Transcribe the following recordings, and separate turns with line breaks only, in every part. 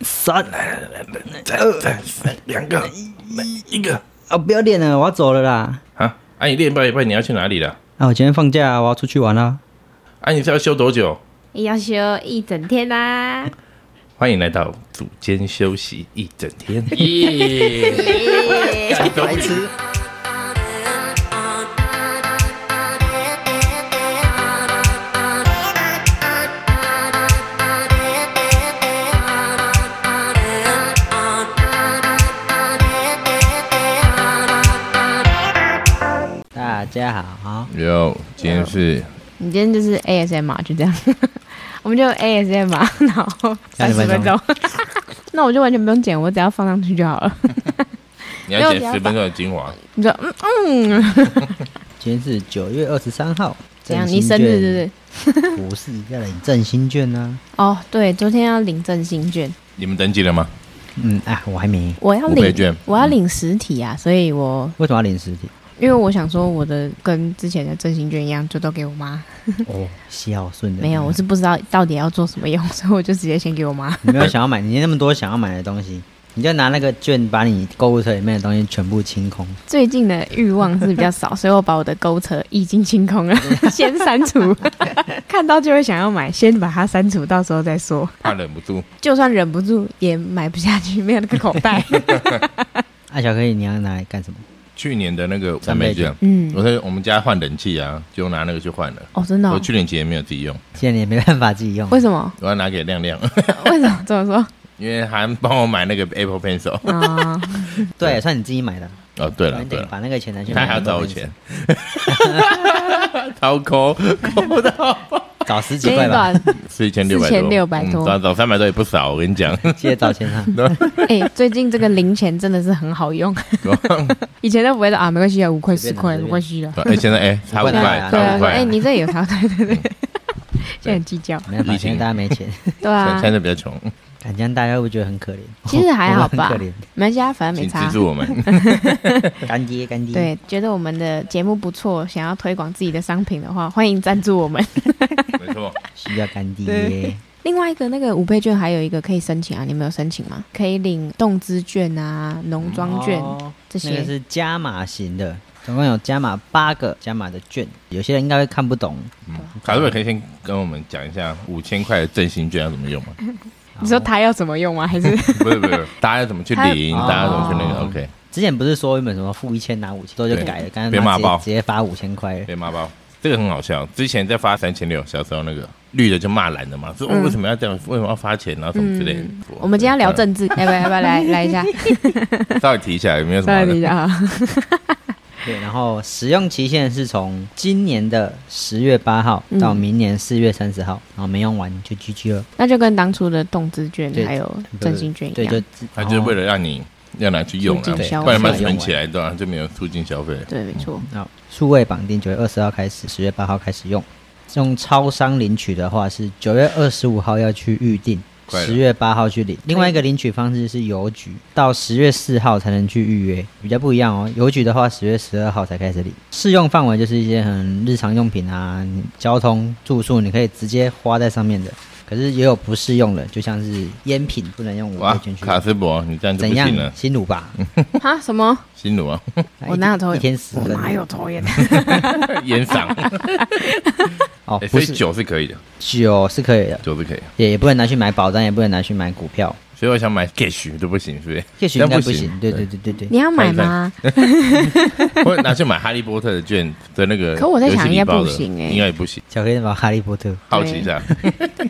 三，
二两个，一个
啊，呃不要练了，我要走了啦。
啊！啊，你练半一半，你要去哪里了？
啊，我今天放假、我要出去玩啦、
啊，你是要休多久？
要休一整天啊啦、
欢迎来到组间休息一整天。
耶！
白痴。
大家好，
哟，今天是
你今天就是 ASMR，就这样， 我们就 ASMR，然后三十分
30分
钟。 那我就完全不用剪，我只要放上去就好了。
你要
没有
剪
我
十分钟的精华，
你说嗯嗯，
今天是九月二十三号，
怎样？你生日是
不是？不是，要领振兴啊券呢、
不是？哦，对，昨天要领振兴券，
你们登记了吗？
嗯啊，我还没，
我要
五倍券
领，我要领实体啊，所以我
为什么要领实体？
因为我想说我的跟之前的振兴券一样，就都给我妈。
哦，孝顺的
没有，我是不知道到底要做什么用，所以我就直接先给我妈。
你没有想要买，你那么多想要买的东西，你就拿那个券把你购物车里面的东西全部清空。
最近的欲望是比较少，所以我把我的购物车已经清空 了，先删 除。看到就会想要买，先把它删除，到时候再说。
怕忍不住。
就算忍不住也买不下去，没有那个口袋。
啊，巧克力，你要拿来干什么？
去年的那个
三
三
倍
倍
券
券，
嗯，
我在我们家换冷气啊，就拿那个去换了。
哦，真的哦、
我去年节没有自己用，
现在你也没办法自己用。
为
么？
什么？
我要拿给亮 亮，
为什么这么说？
因为他帮我买那个 Apple Pencil。
啊，
对，算你自己买的。
哦，对
那
了
你
对
得
了，
把那个钱拿去买。
他还要找我钱， 超抠，
找十几
给
块
你
吧，
吧。
是一千六百多，
4600多
找找三百多也不少，我跟你讲。
记得找钱 啊。
哎、最近这个零钱真的是很好用，以前都不会说啊，没关系啊，五块
随
十
便拿
块
随便
没关系啊。
哎，现在哎，差五
五块
块
啊，
对
差
啊，
五
说哎、
块，
你这也有条，对对对，现在很计较，
没办法，
疫情
现在大家没钱，
对
现
啊，
在比较穷，
感觉大家会不会觉得很可怜？
其实还好
我们
吧
很可怜。
没关系啊，反正没
请
差
资。助我们。
干爹，干爹。，
对，觉得我们的节目不错，想要推广自己的商品的话，欢迎赞助我 们。
没错，
需要干爹
对。另外一个那个五倍券还有一个可以申请啊，你们有申请吗？可以领动资券啊、农庄券、
哦
这
那个
些。
是加码型的，总共有加码八个加码的券，有些人应该会看不懂。
嗯卡斯本可以先跟我们讲一下五千块的振兴券要怎么 用吗？
你说它要怎么 用吗？还是
不是不是，大家要怎么去领？
他
大家要怎么去那个
哦
？OK，
之前不是说原本什么付一千拿五千，之后就
对
改了，刚
别
刚
骂爆
直接发五千块了。
被骂爆。这个很好笑，之前在发三千六，小时候那个绿的就骂蓝的嘛，说、哦、为什么要这样，为什么要发钱啊什么之类的。
嗯我们今天要聊
这，
政治？ 哎要不要要不要来来 一下？
稍微提一下有没有什么
来
好的？
一下 啊！
对，然后使用期限是从今年的十月八号到
嗯
明年四月三十号，然后没用完就 GG 了。
那就跟当初的动资券
对
还有振兴券一
对，就
样。
他就是为了让你要拿去用
促
啊，
进消
不然把它
费
存起来，对吧、就没有促进消费。
对，没 错。
啊，好数位绑定九月二十号开始，十月八号开始用。用超商领取的话是九月二十五号要去预定，
快了
十月八号去领。另外一个领取方式是邮局，到十月四号才能去预约，比较不一样哦。邮局的话，十月十二号才开始领。适用范围就是一些很日常用品啊、你交通、住宿，你可以直接花在上面的。可是也有不适用的，就像是烟品不能用五
哇
倍券，去
卡斯伯，你这样就
怎
不
样
行了？，嗯
心鲁吧？哎
哈？什么？
心如啊，
我哪有
一
抽烟？
天十
我
根
哪有抽 烟？
烟 嗓、
哦
欸，
不
所以
是
酒是可以的，
酒是可以的，
酒是可以的。
也也不能拿去买保单，也不能拿去买股票，
所以我想买 Gash 都不行，是不是？
也许应该
但
不
不
行。对对对对对，
你要买吗？
或者拿去买哈利波特的券的那个游戏礼包的，
可我在想应该不行欸
应该也不行。
巧克力宝哈利波特，
好奇一下，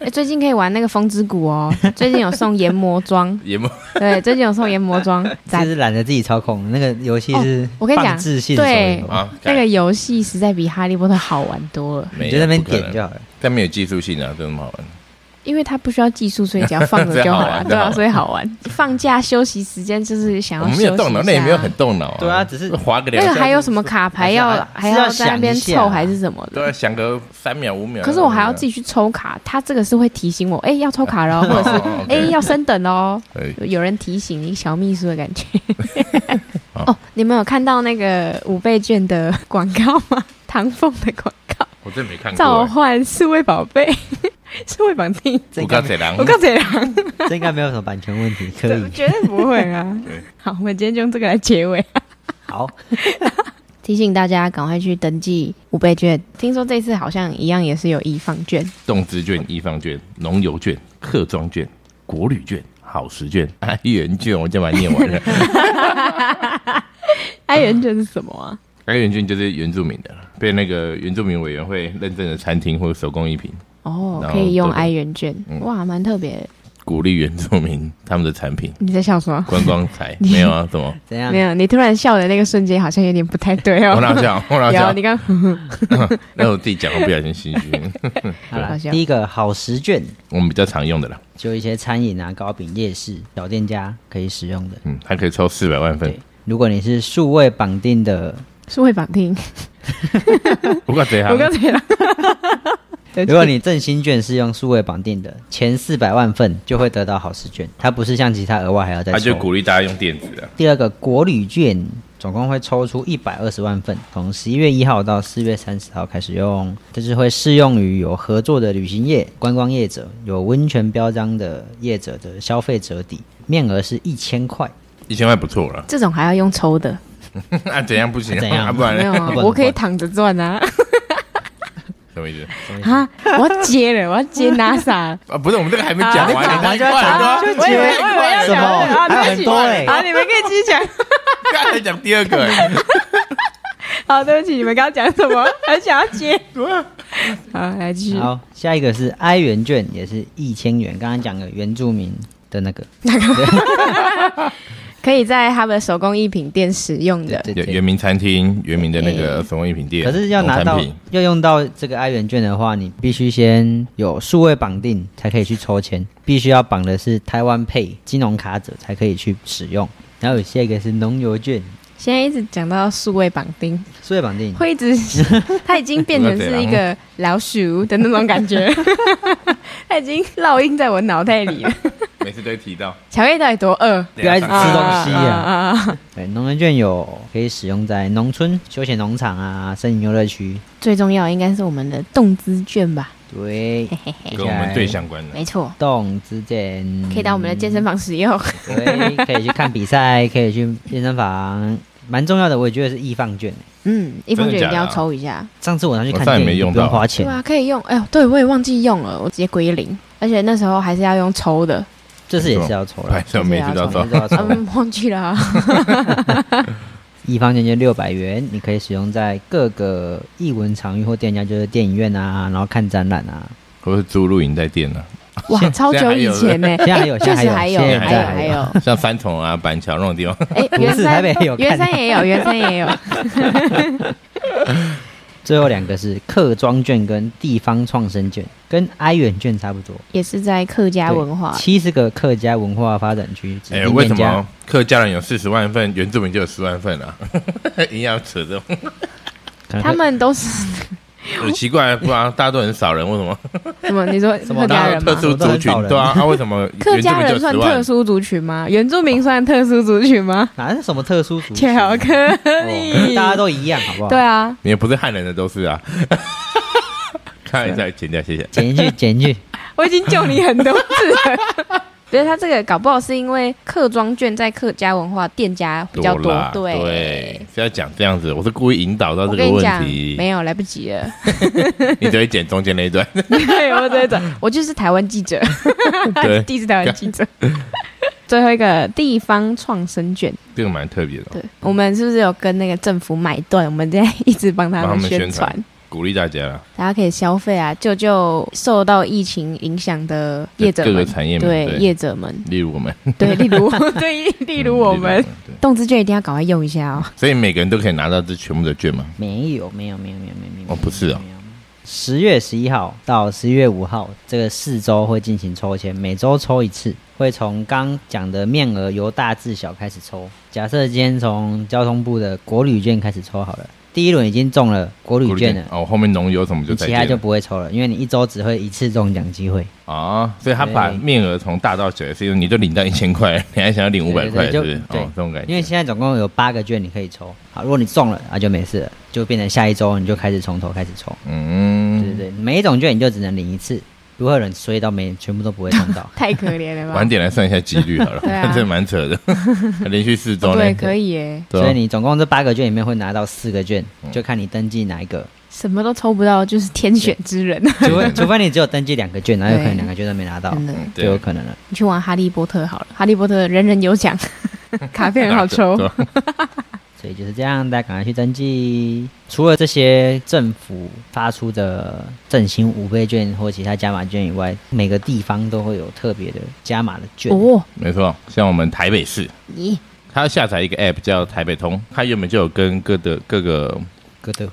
哎，最近可以玩那个风之谷哦，最近有送研磨装。
也没有
对，最近有送研磨 装，
这
在哦
是懒得自己操控，那个游戏是
我跟你讲
放置性手游
对，
啊，
那个游戏实在比哈利波特好玩多了，
没
你
有
就在那边
不可能
点就好了。
但没有技术性啊，这有什么好玩？
因为它不需要技术，所以只要放着就好 了，
这好
对
玩
啊，所以好玩。放假休息时间就是想
我
要
们
休
没
息
有动脑，那也没有很
一下
动脑啊。
对啊只是
划个两
那
下。
个哎还有什么卡牌
还是
要
要
还
是要
要在那边
想一下啊
凑还是什么的？
对啊，想个三秒五秒。
可是我还要自
己。
己去抽卡，它这个是会提醒我，哎，要抽卡 了哦，或者是
哦
哎要升等哦，
OK
有有人提醒你小秘书的 感觉。
好
哦，你们有看到那个五倍券的广告吗？唐凤的广告。嗯
我真没看过欸。
召唤数位宝贝， 是会绑定。
这
我
应
告
该
谁狼
我？告诉你啊，
这应该没有什么版权问题，可以。
绝对不会啊
对。
好，我们今天就用这个来结尾。
好，
提醒大家赶快去登记五倍券，听说这次好像一样也是有易放券，
动资券、易放券、农油券、客庄券、国旅券、好时券、安元券，我就把它念完 了。
哀元券是什么啊？
安元券就是原住民的，被那个原住民委员会认证的餐厅或手工艺品，
哦，
然后
可以用
对对嗯
哀元券，哇，蛮特别的。
鼓励原住民 他们的产品。
你在笑什么？
观光财没有啊？怎 么？
怎样
没？有，你突然笑的那个瞬间好像有点不太对
我
哦。
哪笑？我哪
有，
笑
你？刚
那我自己讲，我不小心心 虚。
好
好
啦，
笑
第一个好食券，
我们比较常用的啦，
就一些餐饮啊、糕饼、夜市、小店家可以使用的。
嗯，它可以抽四百万份
对。，如果你是数位绑定的，
是会绑定，
我告诉你啊
我，刚 才了。对不
如果
起
你振兴券是用数位绑定的，前四百万份就会得到好食券，它不是像其他额外还要再
他就
抽。
鼓励大家用电子啊。
第二个国旅券总共会抽出一百二十万份，从十一月一号到四月三十号开始用，这是会适用于有合作的旅行业、观光业者、有温泉标章的业者的消费折抵，面额是一千块。
一千块不错 了，
这种还要用抽的，
那怎样不行？
怎样
啊不然
没有
呢？
啊？我可以躺着赚啊！
什么意思？
啊，我要接了，我要接 NASA 了。
啊，不是，我们这个还没讲完，
啊
你太
你讲
快
完
了
就
对
要讲
吧
我以为我以为要
什
讲
么
啊，
还
对不
很
起，
多欸
好，你们可以继续讲。
刚才讲第二 个，哎
好，对不起，你们刚刚讲什么？ 很想要接。 好，来继续。
好，下一个是哀元券，也是一千元。刚刚讲的原住民的那个，
可以在他们手工艺品店使用的。
对
有
对
原名餐厅、原名的那个手工艺品店，
可是要拿到
农产品
要用到这个 i 元券的话，你必须先有数位绑定才可以去抽签，必须要绑的是台湾配金融卡者才可以去使用。然后有下一个是农油券，
现在一直讲到数位绑定，
数位绑定
会一 直，它已经变成是一个老鼠的那种感 觉，它已经烙印在我脑袋里 了。
每次都会提到，
乔叶到底多饿？
不要一直吃东西啊！
啊！
对，农油券有可以使用在农村休闲农场啊、森林游乐区。
最重要应该是我们的动资券吧？
对，
跟我们最相关
哎
的。
没错，
动之健
可以到我们的健身房使用。
对，可以去看比赛，可以去健身房，蛮重要的。我也觉得是易放券。
嗯，一封卷一
真
定
的假
要
的啊
抽一下。
上次我拿去看
哦我上也
电
没
影，
用
不用
到
花
对
钱，
啊，可以用。哎呦，对我也忘记用了，我直接归零。而且那时候还是要用抽的，
这次也是要抽
拍
了，
照每次都要
反正，
抽
都要抽。
嗯，忘记了啊。
一方券就六百元，你可以使用在各个艺文场域或店家，就是电影院啊，然后看展览啊。
或是租露营在店呢，
哇，超久以前呢、
现在 还有
确实还
现在
还有
有，有，还
现在还有
有。
像三重啊、 板桥那种地方，
哎，
不
原
是台
山
北有看
原山也有，原山也有。
最后两个是客庄券跟地方创生券，跟哀元券差不多。
也是在客家文化，
七十个客家文化发展区指
哎，
定
为
店
什
家
么，客家人有四十万份，原住民就有十万份啊？ 一样扯这种，
可能
他们都是
哎
很奇怪，不然大家都很少人，为什么？
什么？你说客
大
家
家
大家特
人吗？
殊族群，对啊，啊，为什么
客
原住
家
民就
人
有
算
十
特
万？
殊族群吗？原住民算特殊族群吗？
哪是什么特 殊族群？
巧克力，
哦大家都一样，好不好？
对啊，
你也不是汉人的都是 啊。看一下，剪掉，谢谢。
剪一句，剪一句。
我已经救你很多次了。 觉得他这个搞不好是因为客庄券在客家文化店家比较多
啦，
对。
对，是要讲这样子，我是故意引导到
我
这
跟
个
你
问
讲，
题，
没有来不及了。
你只会剪中间那一段。
对，我在转，我就是台湾记者，
对
第一次台湾记 者。最后一个地方创生券，
这个蛮特别的哦，
对我们是不是有跟那个政府买断？我们在一直帮他
帮他
们
们
宣
宣
传
传，鼓励大家啊啦，
大家可以消费啊，救救受到疫情影响的业者
各个
们，
产业嘛，
对
对，
业者们，
例如我们，
对，例如 对，例如我
嗯例
们
如，对，
动资券一定要赶快用一下哦。？
所以每个人都可以拿到这全部的券嘛。
没有，没有，没有，没有，没有，没有。
哦不是啊
没有。十月十一号到十一月五号，这个四周会进行抽签，每周抽一次，会从刚讲的面额由大至小开始抽。假设今天从交通部的国旅券开始抽好了，第一轮已经中了国旅券了，
哦，后面农油什么就
你
再
其他
见
就
了
不会抽了，因为你一周只会一次中奖机会。
啊，所以他把
对
面额从大到小，所以你就领到一千块，你还想要领五百块，
对对
是
就
不是？
对
哦，这种感
因为
觉。
现在总共有八个券你可以抽，好，如果你中了啊就没事了，就变成下一周你就开始从头开始抽。
嗯，
对对对，每一种券你就只能领一次。如何有人衰到没全部都不会中到
太可怜了吧
晚？点来算一下几率好了，
对啊
这蛮扯 的，连续四周
哦对，
嘞，
可以耶，
对啊嗯
所以你总共这八个券里面会拿到四个券，就看你登记哪一个。
什么都抽不到，就是天选 之人。
除 非除非你只有登记两个券，然后有可能
对嗯
两个券都没拿到，
真的，
啊
就有可能了。
你去玩哈利波特好了，哈利波特人人有 奖，卡片很好抽。
对啊
所以就是这样，大家赶快去登记。除了这些政府发出的振兴五倍券或其他加码券以外，每个地方都会有特别的加码的券。
哦，
没错，像我们台北市，
咦，
它下载一个 app 叫台北通，它原本就有跟各的各个
哥的，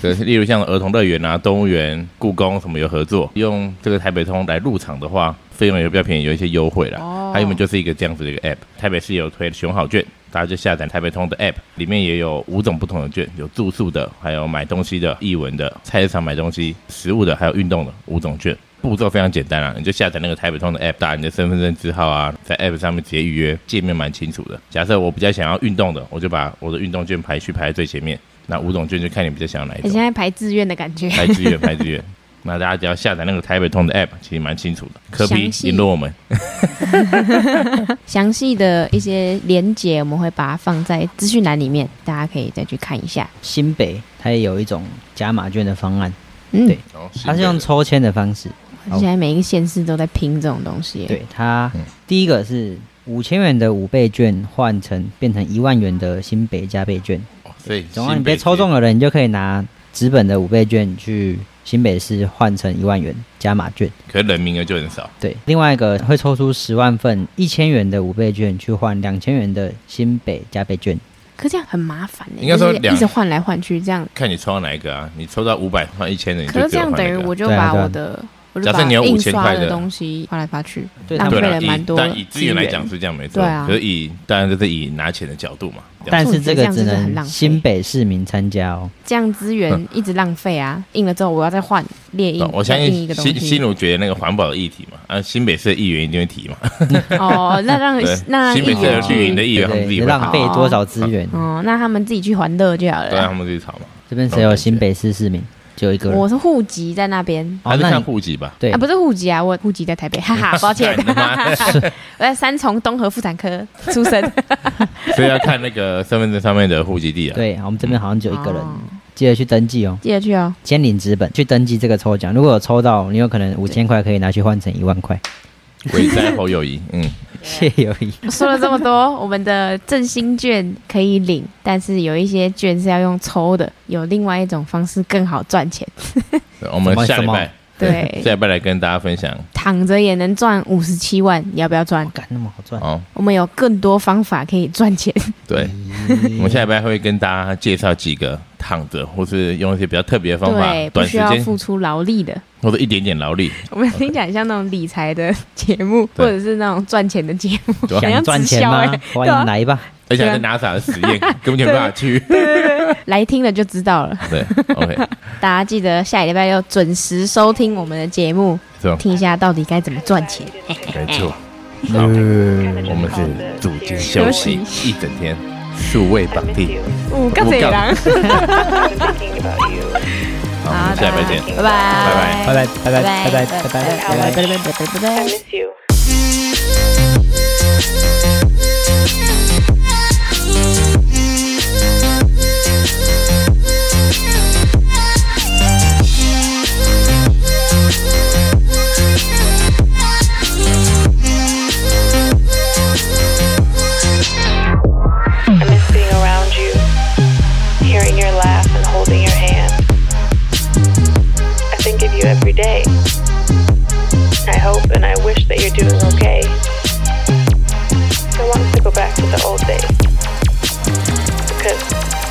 对，例如像儿童乐园啊、动物园、故宫什么有合作，用这个台北通来入场的话，费用也比较便宜，有一些优惠啦。
哦
它原本就是一个这样子的一个 app，台北市有推熊好券，大家就下载台北通的 app，里面也有五种不同的券，有住宿的，还有买东西的、艺文的、菜市场买东西、食物的，还有运动的五种券。步骤非常简单啊，你就下载那个台北通的 app，打你的身份证字号啊，在 app 上面直接预约，界面蛮清楚的。假设我比较想要运动的，我就把我的运动券排序排在最前面，那五种券就看你比较想要哪一
你
种
现。在排志愿的感觉，
拍 资源，拍资源。那大家只要下载那个台北通的 app，其实蛮清楚的。科比
详细
联络我们，
详细的一些连接我们会把它放在资讯栏里面，大家可以再去看一下。
新北它也有一种加码券的方案，
嗯，
对它
他
是用抽签的方式。好
现在每一个县市都在拼这种东西。，
对，它
嗯
第一个是五千元的五倍券换成变成一万元的新北加倍券，
哦所以
总共啊你被抽中
了，
了人，你就可以拿纸本的五倍券去新北市换成一万元加码券。
可是人名额就很少。
对，另外一个会抽出十万份一千元的五倍券去换两千元的新北加倍券。
可这样很麻烦耶，
应该说
就是
两
一直换来换去这样。
看你抽到哪一个啊？你抽到五百换一千的，你
可
就是只
这
有
样
换
等
那
于
个啊
我就
对啊
把
对啊
我的，我就
假设
把
你有
印
5000
刷
块的
东西发来发去，
对啊
浪
他们
对啦啊
费了
以
蛮多
但以资源来
源
讲是这样没错
对，啊
可是以当然就是以拿钱的角度嘛。这样
但是这个
这样
只
真的很
能
浪费
新北市民参加哦。
这样资源一直浪费啊！印了之后我要再换列印
哦，嗯我
再
相
印一
信
个东
新新
西。
鲁觉得那个环保的议题嘛，啊，新北市的议员一定会提嘛。
哦，那让
对
那让
新北
议
市有
员
绿营的
去。
议员，他们
对对，
自
你
己会
浪
讨
费
论
多少资源？
哦，那他们自己去还乐就好了
对啊，他
啦。
们自己吵嘛。
这边谁有新北市市民？只有一个
啊
人。
我是户籍在那边
哦
还是
那
看
你
户籍吧。
对
啊，，不是户籍啊，我户籍 在台北，哈哈，抱歉，
啊干你妈
我在三重东河妇产科 出生。
所以要看那 个身份证上面的户籍地啊。
对，我们这边好像只有一个人
哦，
记得去登记哦。
记得去哦。
先领纸本去登记这个抽奖，如果有抽到，你有可能五千块可以拿去换成一万块。
伟哉侯友谊，嗯，
谢 友谊，
说了这么多，我们的振兴券可以领，但是有一些券是要用抽的，有另外一种方式更好赚钱。
对我们下礼拜
对，
下礼拜来跟大家分享
躺着也能赚五十七万，你要不要赚？
干那么好赚。
哦。
我们有更多方法可以赚钱。
对，
嗯
我们下礼拜会跟大家介绍几个躺着，或是用一些比较特别的方法
对，，不
短时
需要
间
付出劳力的。
或者一点点劳力，
我们听起来像那种理财的节目，
对
或者是那种赚钱的节目。
对吧
想要
想赚钱
直
吗
销欸？
欢
对啊
迎来吧。
而且还是 NASA 的实 验，根本就没办法去。
来听了就知道了。
对，OK，
大家记得下礼拜六准时收听我们的节目，
是吧？
听一下到底该怎么赚钱。
没错。嗯好，我们是组织休息一整天，数位绑定。
五个贼狼，
好，我们下礼拜见。
拜拜。
拜拜拜拜拜拜拜拜拜拜。
I miss you. I miss being around you, hearing your laugh and holding your hand. I think of you every day. I hope and I wish that you're doing okay. I want to go back to the old days because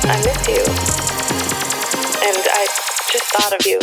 I miss you. And I just thought of you.